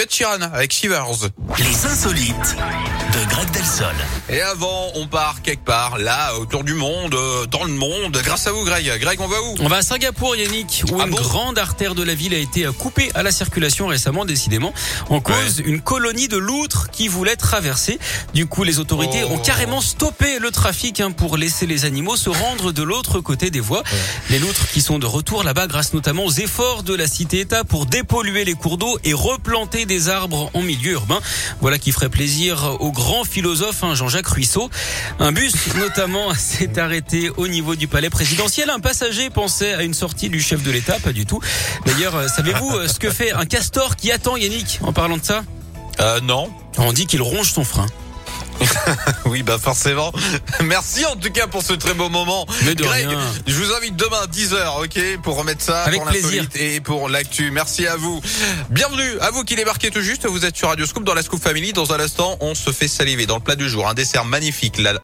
Ed Sheeran avec Shivers. Les insolites de Greg Delsol. Et avant, on part quelque part, là, autour du monde, euh, dans le monde, grâce à vous, Greg. Greg, on va où On va à Singapour, Yannick, où Ah une bon grande artère de la ville a été euh, coupée à la circulation récemment, décidément, en cause une colonie de loutres qui voulait traverser. Du coup, les autorités Oh. ont carrément stoppé le trafic hein, pour laisser les animaux se rendre de l'autre côté des voies. Les loutres qui sont de retour là-bas grâce notamment aux efforts de la cité-État pour dépolluer les cours d'eau et replanter des arbres en milieu urbain. Voilà qui ferait plaisir au grand philosophe hein, Jean-Jacques Ruisseau. Un bus notamment s'est arrêté au niveau du palais présidentiel. Un passager pensait à une sortie du chef de l'État, pas du tout. D'ailleurs, euh, savez-vous euh, ce que fait un castor qui attend Yannick en parlant de ça Euh, non. On dit qu'il ronge son frein. Oui, bah forcément. Merci en tout cas pour ce très beau moment. Mais de Greg, rien. je vous invite demain 10h, ok, pour remettre ça Avec pour plaisir. l'insolite et pour l'actu. Merci à vous. Bienvenue à vous qui débarquez tout juste. Vous êtes sur Radio Scoop dans la Scoop Family. Dans un instant, on se fait saliver dans le plat du jour. Un dessert magnifique. La